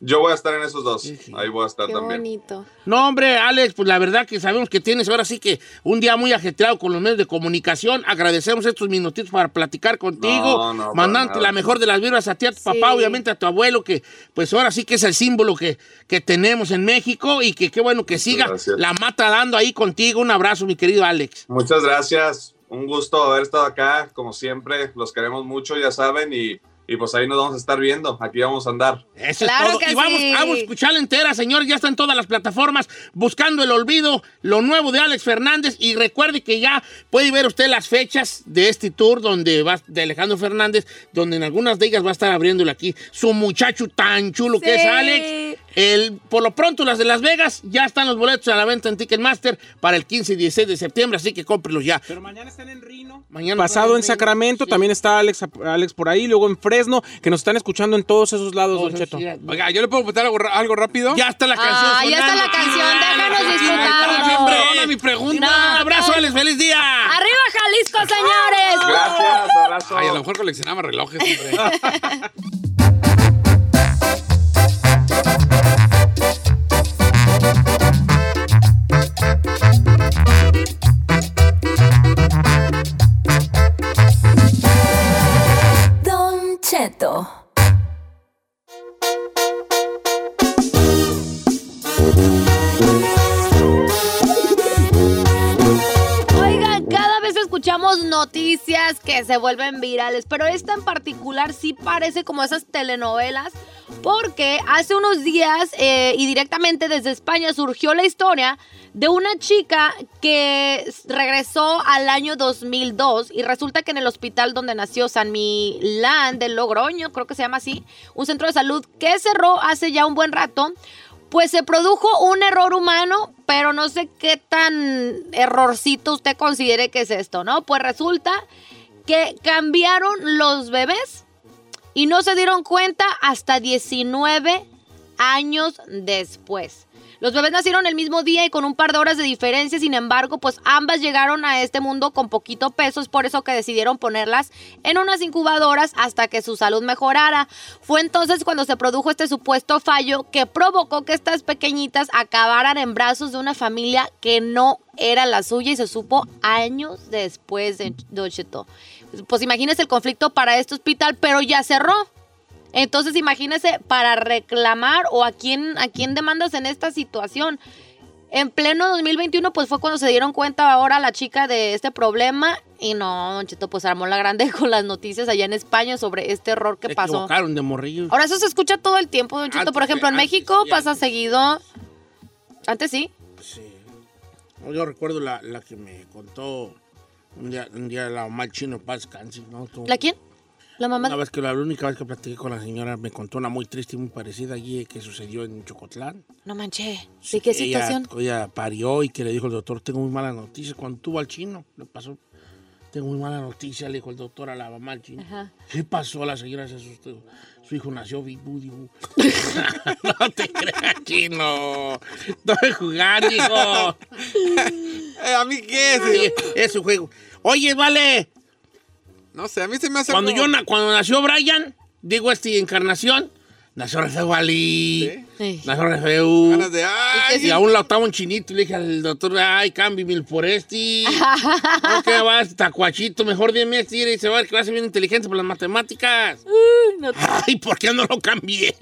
Yo voy a estar en esos dos,
Sí, sí.
ahí voy a estar
Qué
también.
bonito.
No, hombre, Alex, pues la verdad que sabemos que tienes ahora sí que un día muy ajetreado con los medios de comunicación. Agradecemos estos minutitos para platicar contigo,
No, no, para
mandándote
nada.
la mejor de las vibras a ti, a tu papá, obviamente a tu abuelo, que pues ahora sí que es el símbolo que, que tenemos en México y que qué bueno que siga
gracias.
la mata dando ahí contigo. Un abrazo, mi querido Alex.
Muchas gracias, un gusto haber estado acá, como siempre, los queremos mucho, ya saben, y, y pues ahí nos vamos a estar viendo, aquí vamos a andar.
Eso
Claro
es todo.
que
y vamos,
sí.
vamos a escucharla entera, señores. Ya está en todas las plataformas buscando el olvido, lo nuevo de Alex Fernández. Y recuerde que ya puede ver usted las fechas de este tour donde va, de Alejandro Fernández, donde en algunas de ellas va a estar abriéndole aquí su muchacho tan chulo que es
Sí.
Alex. El, por lo pronto, las de Las Vegas ya están los boletos a la venta en Ticketmaster para el 15 y 16 de septiembre, así que cómprelos ya.
Pero mañana están en Rino.
Mañana
Pasado en
Sí.
Sacramento, también está Alex, Alex por ahí, luego en Fresno, que nos están escuchando en todos esos lados, Don Cheto.
Oiga, Ah, ¿yo le puedo preguntar algo, ra- algo rápido?
Ya está la canción.
Ah, ya está la
sonando.
canción, déjanos
Ahí está,
disfrutarlo.
siempre.
Perdona mi pregunta.
No.
Un abrazo, Alex. Feliz día.
¡Arriba, Jalisco, señores!
Gracias, abrazo.
Ay, a lo mejor coleccionaba relojes.
<laughs>
hombre.
Don Cheto.
escuchamos noticias que se vuelven virales, pero esta en particular sí parece como esas telenovelas, porque hace unos días eh, y directamente desde España surgió la historia de una chica que s- regresó al año 2002 y resulta que en el hospital donde nació San Milán de Logroño, creo que se llama así, un centro de salud que cerró hace ya un buen rato, pues se produjo un error humano, pero no sé qué tan errorcito usted considere que es esto, ¿no? Pues resulta que cambiaron los bebés y no se dieron cuenta hasta 19 años después. Los bebés nacieron el mismo día y con un par de horas de diferencia, sin embargo, pues ambas llegaron a este mundo con poquito peso, es por eso que decidieron ponerlas en unas incubadoras hasta que su salud mejorara. Fue entonces cuando se produjo este supuesto fallo que provocó que estas pequeñitas acabaran en brazos de una familia que no era la suya y se supo años después de Docheto. Pues imagínense el conflicto para este hospital, pero ya cerró. Entonces, imagínese para reclamar o a quién, a quién demandas en esta situación. En pleno 2021, pues fue cuando se dieron cuenta ahora la chica de este problema. Y no, Don Cheto, pues armó la grande <laughs> con las noticias allá en España sobre este error que
Se
pasó.
equivocaron de morrillo.
Ahora eso se escucha todo el tiempo, Don Cheto.
Antes,
Por ejemplo, en
antes,
México
sí,
pasa
antes.
seguido. Antes sí.
Yo recuerdo la, la que me contó un día, un día la mamá del chino Paz Cansi, ¿no? Tú-
¿La quién? La mamá.
Una vez que la única vez que platiqué con la señora me contó una muy triste y muy parecida allí que sucedió en Chocotlán.
No manché. Sí, qué
Ella-
situación.
Ella, parió y que le dijo el doctor, tengo muy malas noticias. Cuando tuvo al chino, le pasó, tengo muy mala noticia, le dijo el doctor a la mamá al chino.
Ajá.
¿Qué pasó? La señora se asustó. Su hijo nació vivo,
<laughs>
dijo. <laughs> no te creas, chino. Estoy
<laughs>
jugando, hijo.
Eh, ¿A mí qué?
Sí,
Sí.
es un juego. Oye, vale,
No sé, a mí se me hace.
cuando
algo-
yo na- cuando nació Brian, digo esta encarnación, nació Rafael Valí,
Sí.
nació Rafael.
Ganas de. ah, ¡Ay!
Y aún la estaba un chinito y le dije al doctor, ay, cambie mil por este. No, que vas, tacuachito, mejor dime este y se va a ver que va a ser bien inteligente por las matemáticas.
no te-
Ay, ¿por qué no lo
<laughs>
cambié?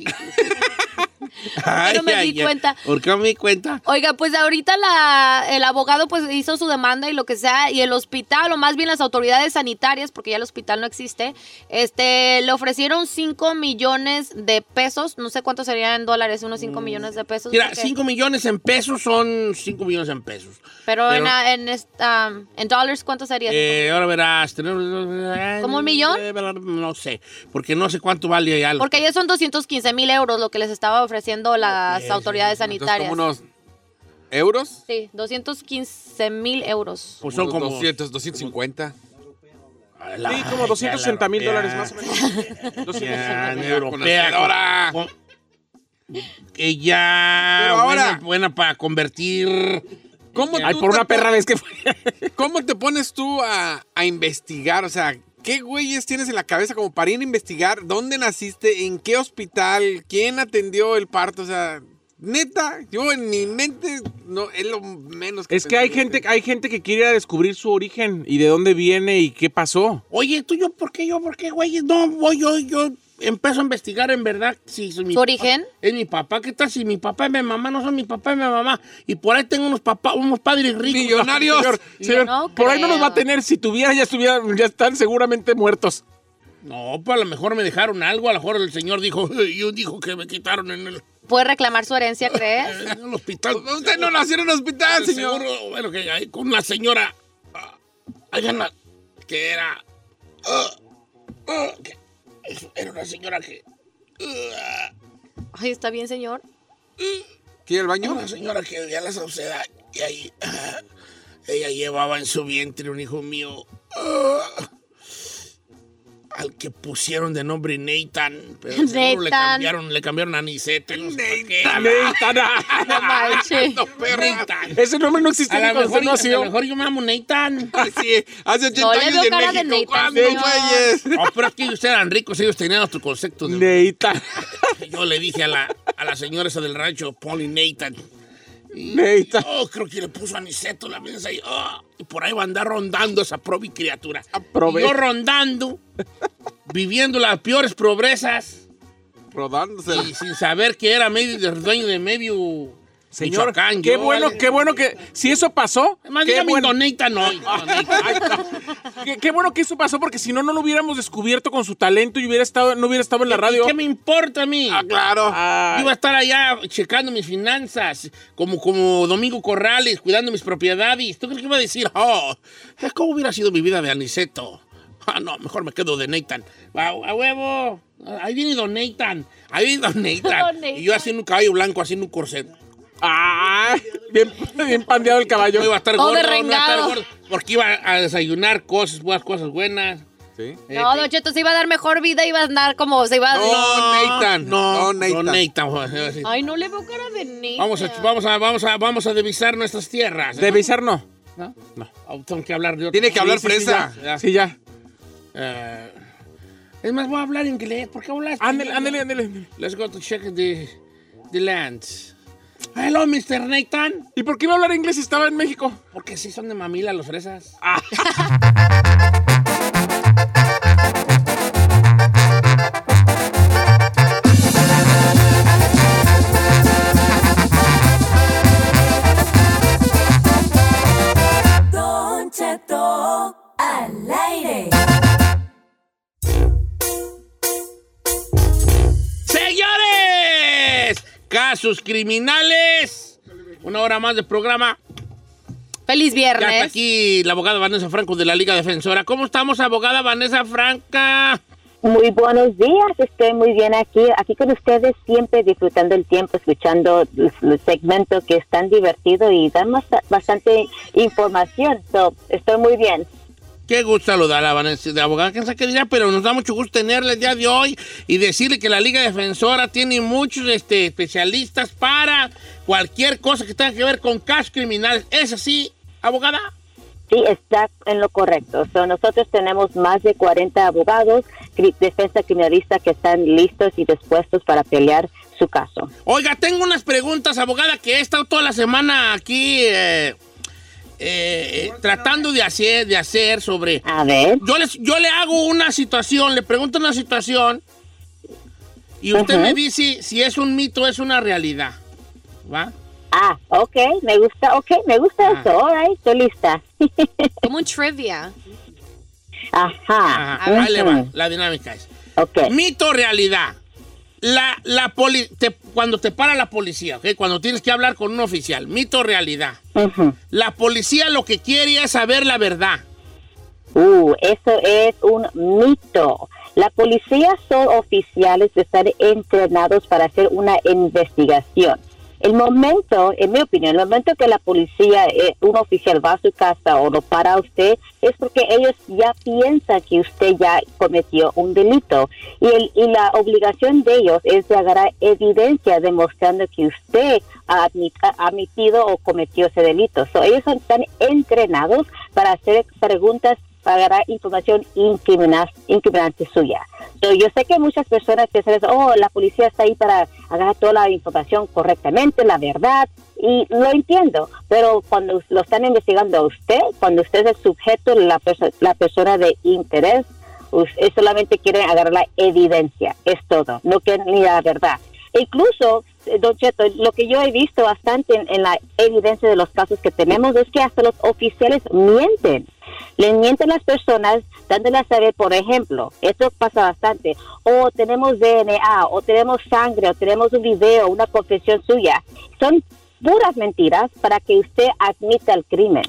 me di cuenta.
¿Por qué no me di cuenta?
Oiga, pues ahorita la- el abogado pues hizo su demanda y lo que sea, y el hospital, o más bien las autoridades sanitarias, porque ya el hospital no existe, este, le ofrecieron 5 millones de pesos, no sé cuánto serían en dólares, unos
Mm.
5 millones de pesos.
Mira,
porque-
5 millones en pesos son 5 millones en pesos.
Pero,
pero-
en, ah, en esta, en dólares, ¿cuánto sería?
Eh, ahora verás. tener-
¿Como un millón?
Eh, No sé, porque no sé cuánto vale ya. lo-
porque ya son 215 mil euros lo que les estaba ofreciendo las autoridades
Entonces,
sanitarias.
como unos. ¿Euros?
Sí, 215 mil euros.
pues son como...
200, 250.
Ay, la-
Sí, como
ay,
260 mil
ya la
dólares más o menos.
Ya,
260 mil.
en
Conocedora.
europea. con- que ya.
Pero ahora-
Buena, buena para convertir.
¿Cómo
Ay,
tú
por
te
una
pon-
perra vez que fue.
¿Cómo te pones tú a, a investigar? O sea, ¿qué güeyes tienes en la cabeza como para ir a investigar dónde naciste, en qué hospital, quién atendió el parto? O sea, neta, yo en mi mente no, es lo menos
<laughs> Es que hay
pensé.
gente, hay gente que quiere ir a descubrir su origen y de dónde viene y qué pasó.
Oye, tú, yo, ¿por qué yo? ¿Por qué, güey? No, voy yo, yo. Empiezo a investigar en verdad si es mi
¿Su origen?
papá- es mi papá. ¿Qué tal si mi papá y mi mamá no son mi papá y mi mamá? Y por ahí tengo unos papás, unos padres ricos.
Millonarios.
Señor,
Señor,
no
por ahí no nos va a
creo.
tener. Si tuviera, ya estuviera, <laughs> ya están seguramente muertos.
No, pues a lo mejor me dejaron algo. A lo mejor el señor dijo, yo dijo que me quitaron en el,
¿Puede reclamar su herencia, crees?
<laughs>
en el hospital.
Usted no nació en un hospital, señor.
Seguro, bueno, que hay con una señora. ah, Hay una que era. ah, ah, que- era una señora que. ah,
Ay, está bien, señor.
¿Quiere el baño?
una señora que vivía en la Sauceda y ahí. ah, ella llevaba en su vientre un hijo mío. ah, al que pusieron de nombre Nathan. Pero seguro le
Nathan.
cambiaron, le cambiaron a Nisette. No sé
Dale,
<laughs>
No
Tana.
manches.
por qué. Nathan.
Ese nombre no
A
existe ni
lo
cuando
mejor,
usted
a lo
nació.
mejor yo me amo Nathan.
<laughs> Sí, hace 80
No le
años
veo
y en
cara de
México.
Nathan,
¿Cuándo,
señor?
güeyes?
No, pero es que ellos eran ricos, ellos tenían otro concepto.
<laughs>
de-
Neita,
Yo le dije a la, a la señora esa del rancho, Polly Nathan.
Neita.
Oh, creo que le puso aniceto la mesa y, oh, y por ahí va a andar rondando esa probi criatura.
Aprobé.
Y Yo rondando, viviendo las peores pobrezas
Rodándose.
y sin saber que era medio del dueño de medio.
Señor,
Michoacán,
qué
yo,
bueno,
vale.
qué bueno que si eso pasó,
Más
qué
dígame
bueno.
Don Nathan hoy. Don Nathan.
<laughs> Ay, no. Qué, qué bueno que eso pasó, porque si no, no lo hubiéramos descubierto con su talento y hubiera estado, no hubiera estado en la radio.
¿Qué me importa a mí?
Ah, claro.
Yo
Ay.
iba a estar allá checando mis finanzas, como, como Domingo Corrales, cuidando mis propiedades. ¿Tú crees que iba a decir, oh, cómo hubiera sido mi vida de Aniceto? Ah, no, mejor me quedo de Nathan. A, a huevo. Ahí viene Don Nathan. Ahí viene Don
<laughs>
Nathan.
Don
Y yo haciendo un caballo blanco, haciendo un corset.
Ay, bien, bien pandeado el
Yo iba a
caballo.
estar
Todo
gordo, no iba a estar
derrengado.
gordo, porque iba a desayunar cosas, buenas cosas buenas.
Sí.
Eh,
No, Don Cheto, se iba a dar mejor vida, iba a andar como se iba a...
No, Nathan.
No,
No,
no,
Nathan.
Nathan. pues,
Ay, no le veo cara de niña.
Vamos a, vamos a, vamos a, vamos a divisar nuestras tierras.
De Bizar no.
¿No? No. Tengo que hablar de otro.
Tiene que hablar
Sí, sí, sí,
fresa.
ya, ya.
Sí, ya.
Eh, es más, voy a hablar inglés. ¿Por qué hablas?
Ándele, ándele, ándele. ándele.
Let's go to check the, the lands. Hello, Mr. Nathan.
¿Y por qué iba a hablar inglés si estaba en México?
Porque sí son de mamila los fresas.
Don Cheto al aire.
¡Señores! Casos criminales. Una hora más de programa.
Feliz
Ya está
viernes.
aquí la abogada Vanessa Franco de la Liga Defensora. ¿Cómo estamos, abogada Vanessa Franca?
Muy buenos días, estoy muy bien aquí, aquí con ustedes, siempre disfrutando el tiempo, escuchando el el segmento que es tan divertido y dan bast- bastante información. So, estoy muy bien.
Qué gusto saludarla, Vanessa, de abogada, quién sabe qué dirá, pero nos da mucho gusto tenerla el día de hoy y decirle que la Liga Defensora tiene muchos este, especialistas para cualquier cosa que tenga que ver con casos criminales. ¿Es así, abogada?
Sí, está en lo correcto. So, nosotros tenemos más de 40 abogados, cri- defensa criminalista que están listos y dispuestos para pelear su caso.
Oiga, tengo unas preguntas, abogada, que he estado toda la semana aquí eh, eh, tratando de hacer, de hacer sobre
A ver,
Yo, les, yo le hago una situación, le pregunto una situación y usted
Ajá.
me dice si es un mito o es una realidad. ¿Va?
ah, ok, me gusta, ok, me gusta
Ah.
eso, all right, estoy lista.
Como un trivia.
Ajá, Ah,
Ajá, ahí le va,
Ujú.
la dinámica es.
ok,
Mito o realidad. La, la poli- te- cuando te para la policía, ¿ok? cuando tienes que hablar con un oficial, mito o realidad.
ujú.
La policía lo que quiere es saber la verdad.
Uh, eso es un mito. La policía son oficiales que están entrenados para hacer una investigación. El momento, en mi opinión, el momento que la policía, eh, un oficial va a su casa o lo para a usted, es porque ellos ya piensan que usted ya cometió un delito. Y, el- y la obligación de ellos es de agarrar evidencia demostrando que usted ha admit- ha admitido o cometió ese delito. So, ellos son- están entrenados para hacer preguntas para agarrar información incriminas- incriminante suya. So, yo sé que muchas personas piensan eso, oh, la policía está ahí para agarrar toda la información correctamente, la verdad, y lo entiendo, pero cuando lo están investigando a usted, cuando usted es el sujeto, la, perso- la persona de interés, us- es solamente quieren agarrar la evidencia, es todo, no quieren ni la verdad. E Incluso, eh, Don Cheto, lo que yo he visto bastante en, en la evidencia de los casos que tenemos es que hasta los oficiales mienten. Le mienten las personas dándole a saber, por ejemplo, esto pasa bastante, o tenemos DNA, o tenemos sangre, o tenemos un video, una confesión suya. Son puras mentiras para que usted admita el crimen.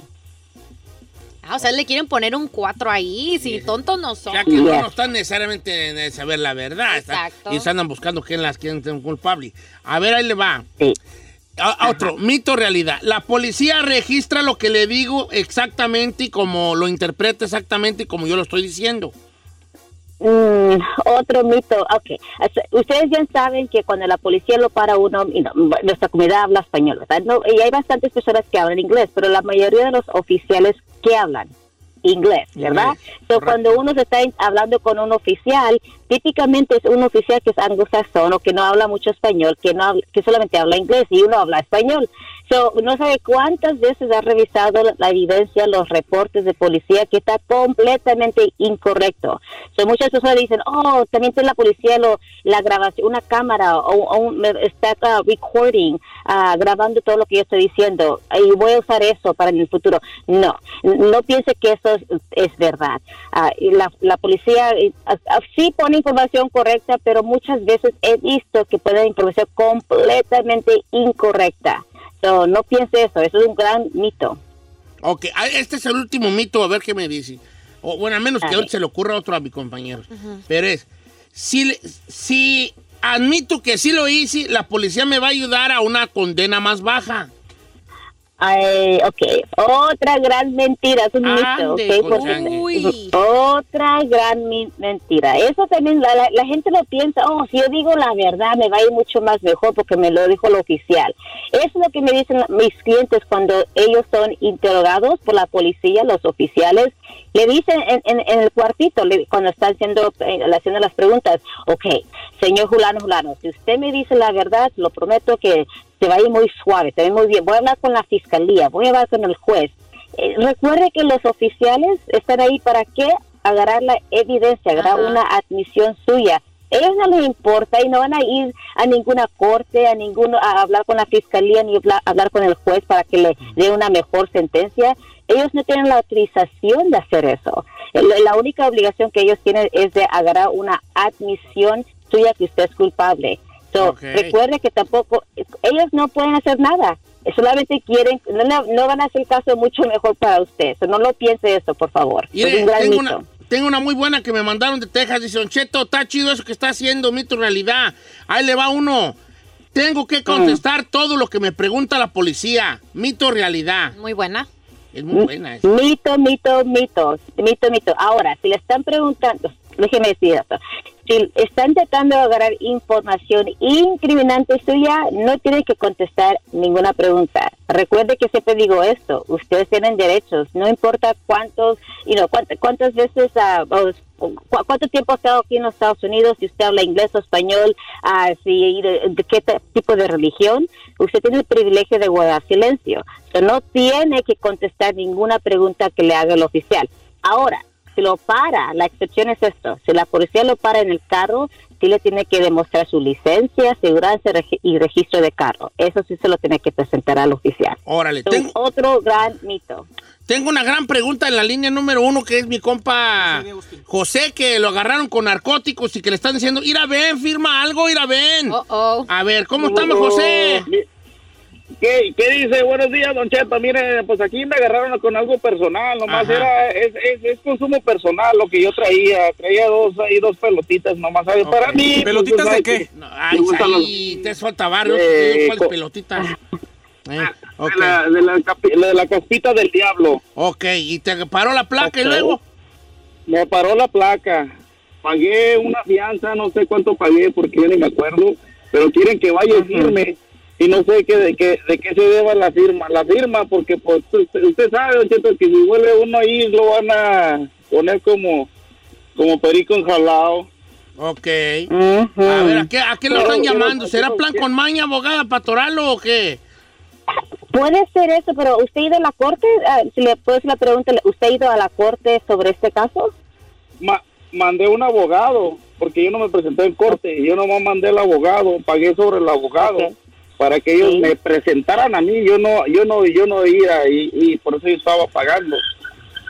Ah, o sea, le quieren poner un 4 ahí, si tontos no son.
Ya que no,
Yes.
no están necesariamente en el saber la verdad. está-
Exacto.
y se andan buscando quién las quién es culpable. A ver, ahí le va.
Sí.
A- a otro, mito realidad. La policía registra lo que le digo exactamente y como lo interpreta exactamente y como yo lo estoy diciendo.
Mm, otro mito, ok. Ustedes ya saben que cuando la policía lo para uno, y no, nuestra comunidad habla español, ¿verdad? No, y hay bastantes personas que hablan inglés, pero la mayoría de los oficiales que hablan inglés, ¿verdad?
Inglés,
Entonces,
correcto.
cuando uno se está en- hablando con un oficial, típicamente es un oficial que es anglosajón o que no habla mucho español, que no habla- que solamente habla inglés y uno habla español. So, no sabe cuántas veces ha revisado la, la evidencia, los reportes de policía, que está completamente incorrecto. So, muchas personas dicen, oh, también tiene la policía lo, la grabación, una cámara o, o un- está ah, recording, ah, grabando todo lo que yo estoy diciendo y voy a usar eso para en el futuro. No, no piense que eso es, es verdad. Ah, y la, la policía eh, ah, ah, sí pone información correcta, pero muchas veces he visto que ponen información completamente incorrecta. So, no piense eso, eso es un gran mito.
Ok, ah, este es el último mito, a ver qué me dice. O, bueno, a menos
A
que
ver.
ahorita se le ocurra otro a mi compañero. Pero es, si, le- si admito que sí lo hice, la policía me va a ayudar a una condena más baja.
Ay, ok, otra gran mentira, es un mito.
Ande,
ok,
con
porque-
changue.
Uy.
Otra gran mi- mentira. Eso también la, la- la gente lo piensa, oh, si yo digo la verdad me va a ir mucho más mejor porque me lo dijo el oficial. Eso es lo que me dicen la- mis clientes cuando ellos son interrogados por la policía, los oficiales. Le dicen en, en- en el cuartito, le- cuando están haciendo, eh, le haciendo las preguntas, ok, señor Julano Julano, si usted me dice la verdad, lo prometo que se va a ir muy suave, se va a ir muy bien. Voy a hablar con la fiscalía, voy a hablar con el juez. Eh, recuerde que los oficiales están ahí para qué? Agarrar la evidencia, agarrar
Ajá.
una admisión suya. Ellos no les importa y no van a ir a ninguna corte, a ninguno a hablar con la fiscalía ni habla- hablar con el juez para que le dé una mejor sentencia. Ellos no tienen la autorización de hacer eso. El- La única obligación que ellos tienen es de agarrar una admisión suya que usted es culpable. So,
Ok.
Recuerde que tampoco, ellos no pueden hacer nada. Solamente quieren, no, no- no van a hacer caso mucho mejor para usted. So, no lo piense eso, por favor.
Mire,
es un gran
tengo,
mito.
una, tengo una muy buena que me mandaron de Texas. Dice, "Don Cheto, está chido eso que está haciendo, mito realidad. Ahí le va uno. Tengo que contestar todo lo que me pregunta la policía. Mito realidad.
Muy buena.
Es
Mm.
muy buena esa.
Mito, mito, mito, mito, mito. Ahora, si le están preguntando, déjeme decir esto, si están tratando de agarrar información incriminante suya, no tienen que contestar ninguna pregunta. Recuerde que siempre digo esto, ustedes tienen derechos, no importa cuántos, you know, cuánt- cuántas veces, ah, o cu- cuánto tiempo ha estado aquí en los Estados Unidos, si usted habla inglés o español, ah, si, de, de qué t- tipo de religión, usted tiene el privilegio de guardar silencio. So, no tiene que contestar ninguna pregunta que le haga el oficial. Ahora, si lo para, la excepción es esto, si la policía lo para en el carro, sí le tiene que demostrar su licencia, aseguranza regi- y registro de carro. Eso sí se lo tiene que presentar al oficial.
Órale,
So,
tengo,
Otro gran mito.
Tengo una gran pregunta en la línea número uno, que es mi compa José, que lo agarraron con narcóticos y que le están diciendo, ir a ven, firma algo, ir a ven.
Oh, oh.
A ver, ¿cómo estamos, José?
¿Qué, qué dice? Buenos días, don Cheto. Mire, pues aquí me agarraron con algo personal. Nomás
Ajá.
era, es, es, es consumo personal lo que yo traía. Traía dos ahí, dos pelotitas nomás. ¿sabe? Para
Ok.
mí. pues,
¿Pelotitas
tú
de
sabes
qué?
No, ay,
Me gustan
ahí te suelta barrio,
Eh,
¿cuál es
co-
pelotita? Eh,
que-
ok,
de, la, de, la, capi- de la caspita del diablo.
ok, y te paró la placa y
Ok.
luego...
Me paró la placa. Pagué una fianza, no sé cuánto pagué porque yo ni me acuerdo, pero quieren que vaya y firme. Y no sé qué, de, qué, de qué se deba la firma. La firma, porque pues, usted, usted sabe, don Cheto, que si vuelve uno ahí lo van a poner como, como perico enjalado.
Ok.
Ujú.
A ver, ¿a qué, a qué lo
Pero-
están
pero-
llamando? ¿Será plan
¿qué?
con maña, abogada, para atorarlo o qué?
Puede ser eso, pero ¿usted ha ido a la corte? Ah, si le puedo hacer la pregunta, ¿usted ha ido a la corte sobre este caso?
Ma- mandé un abogado, porque yo no me presenté en corte, yo nomás mandé el abogado, pagué sobre el abogado
Ok.
para que ellos
Sí.
me presentaran a mí, yo no, yo no, yo no iba y, y por eso yo estaba pagando.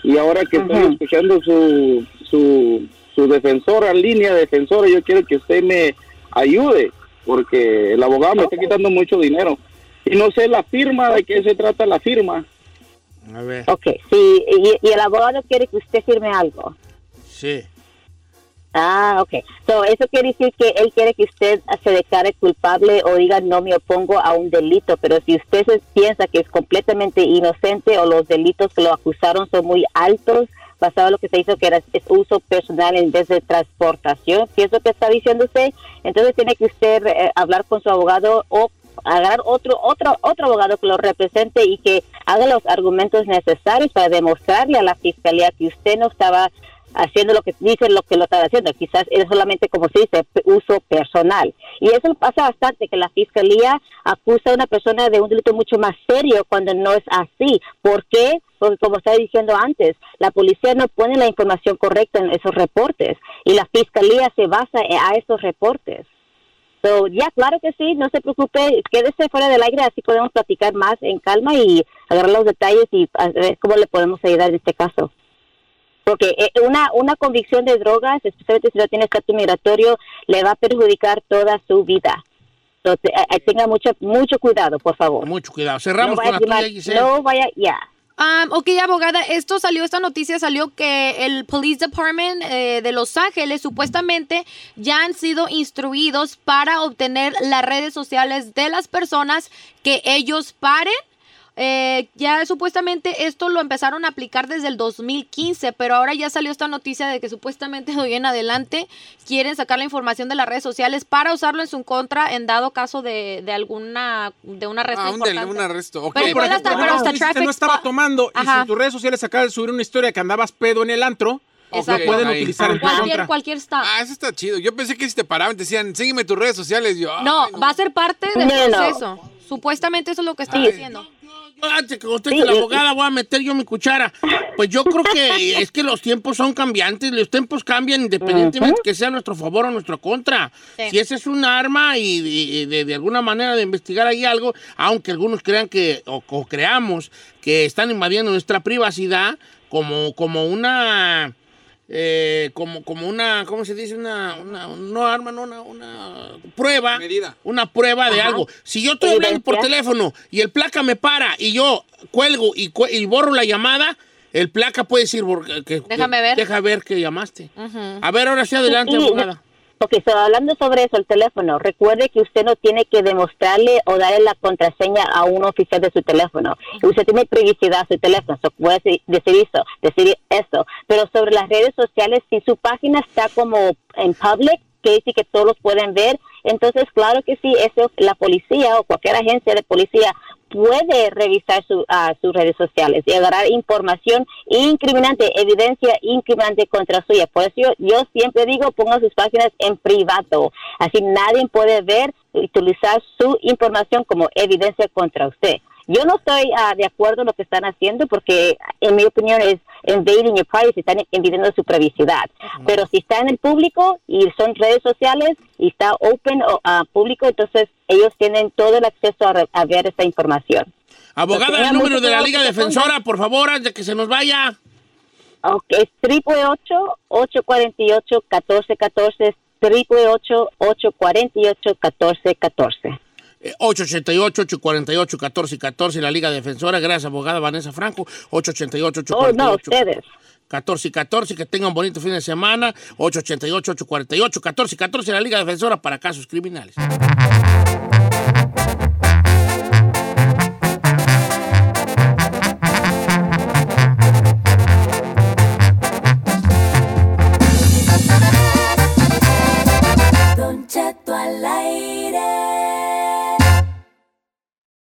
Y ahora que
Ajá.
estoy escuchando su, su, su defensora, línea defensora, yo quiero que usted me ayude, porque el abogado me está quitando mucho dinero. Y no sé la firma, de qué se trata la firma.
A ver,
Ok, sí, y, y el abogado quiere que usted firme algo.
sí.
Ah, ok. So, eso quiere decir que él quiere que usted se declare culpable o diga no me opongo a un delito, pero si usted se piensa que es completamente inocente o los delitos que lo acusaron son muy altos, basado en lo que se hizo que era es uso personal en vez de transportación, si es lo que está diciendo usted, entonces tiene que usted eh, hablar con su abogado o agarrar otro otro otro abogado que lo represente y que haga los argumentos necesarios para demostrarle a la fiscalía que usted no estaba haciendo lo que dicen lo que lo están haciendo. Quizás es solamente, como se dice, p- uso personal. Y eso pasa bastante, que la fiscalía acusa a una persona de un delito mucho más serio cuando no es así. ¿Por qué? Porque como estaba diciendo antes, la policía no pone la información correcta en esos reportes y la fiscalía se basa en- a esos reportes. So, ya, claro que sí, no se preocupe, quédese fuera del aire, así podemos platicar más en calma y agarrar los detalles y a ver cómo le podemos ayudar en este caso. Porque eh, una, una convicción de drogas, especialmente si no tiene estatus migratorio, le va a perjudicar toda su vida. Entonces, eh, eh, tenga mucho, mucho cuidado, por favor.
Mucho cuidado. Cerramos
no
con
vaya,
la
a quemar-
tuya, Giselle.
no vaya, ya.
Ah, ok, abogada, esto salió, esta noticia salió que el Police Department eh, de Los Ángeles supuestamente ya han sido instruidos para obtener las redes sociales de las personas que ellos paren. Eh, ya supuestamente esto lo empezaron a aplicar desde el 2015, pero ahora ya salió esta noticia de que supuestamente de hoy en adelante quieren sacar la información de las redes sociales para usarlo en su contra en dado caso de, de alguna de un arresto
Ah, un, del-
importante.
un arresto. Ok,
Pero igual
por
hasta-
ejemplo,
pero hasta
dijiste,
traffic
no estaba
spot.
tomando y si
Ajá.
en tus redes sociales acabas de subir una historia que andabas pedo en el antro,
Exacto.
lo pueden
Ahí.
utilizar en tu
Cualquier,
contra.
cualquier stop.
Ah, eso está chido. Yo pensé que si te paraban, te decían, sígueme tus redes sociales. Yo,
No,
ay,
va a ser parte del
No, no.
proceso. Supuestamente eso es lo que están diciendo.
Yo antes que conteste la abogada voy a meter yo mi cuchara. Pues yo creo que es que los tiempos son cambiantes, los tiempos cambian independientemente que sea a nuestro favor o a nuestro contra.
Sí.
Si ese es un arma y, y- y de, de alguna manera de investigar ahí algo, aunque algunos crean que, o, o creamos que están invadiendo nuestra privacidad como, como una... eh, como, como una, ¿cómo se dice? Una, una no arma, no, una, una prueba
Medida.
una prueba de algo. Si yo estoy hablando por
Evidencia.
teléfono y el placa me para y yo cuelgo y, cue- y borro la llamada, el placa puede decir bor- que,
Déjame
que-
ver.
Deja ver que llamaste.
Ujú.
A ver, ahora sí adelante,
Y- y-
abogada.
Ok, so, hablando sobre eso, el teléfono, recuerde que usted no tiene que demostrarle o darle la contraseña a un oficial de su teléfono. Usted tiene privacidad a su teléfono, so, puede deci- decir eso, decir eso. Pero sobre las redes sociales, si su página está como en public, que dice que todos pueden ver, entonces claro que sí, eso la policía o cualquier agencia de policía puede revisar su- ah, sus redes sociales y agarrar información incriminante, evidencia incriminante contra suya. Por eso yo, yo siempre digo, pongan sus páginas en privado. Así nadie puede ver y utilizar su información como evidencia contra usted. Yo no estoy ah, de acuerdo en lo que están haciendo porque, en mi opinión, es invading your privacy, están invadiendo su privacidad. Pero si está en el público y son redes sociales y está open o ah, público, entonces ellos tienen todo el acceso a, re- a ver esta información.
Abogada,
tenga
el número
mucho
de la
cuidado
Liga
que te
Defensora, por favor, antes de que se nos vaya.
Ok, es triple ocho, ocho cuarenta y ocho, catorce, catorce, triple ocho, ocho cuarenta y ocho, catorce, catorce.
Eh, 888-848-1414, la Liga Defensora. Gracias, abogada Vanessa Franco. 888
Oh, no,
848
ustedes.
14 y 14, que tengan bonito fin de semana. 888-848-1414, la Liga Defensora para casos criminales.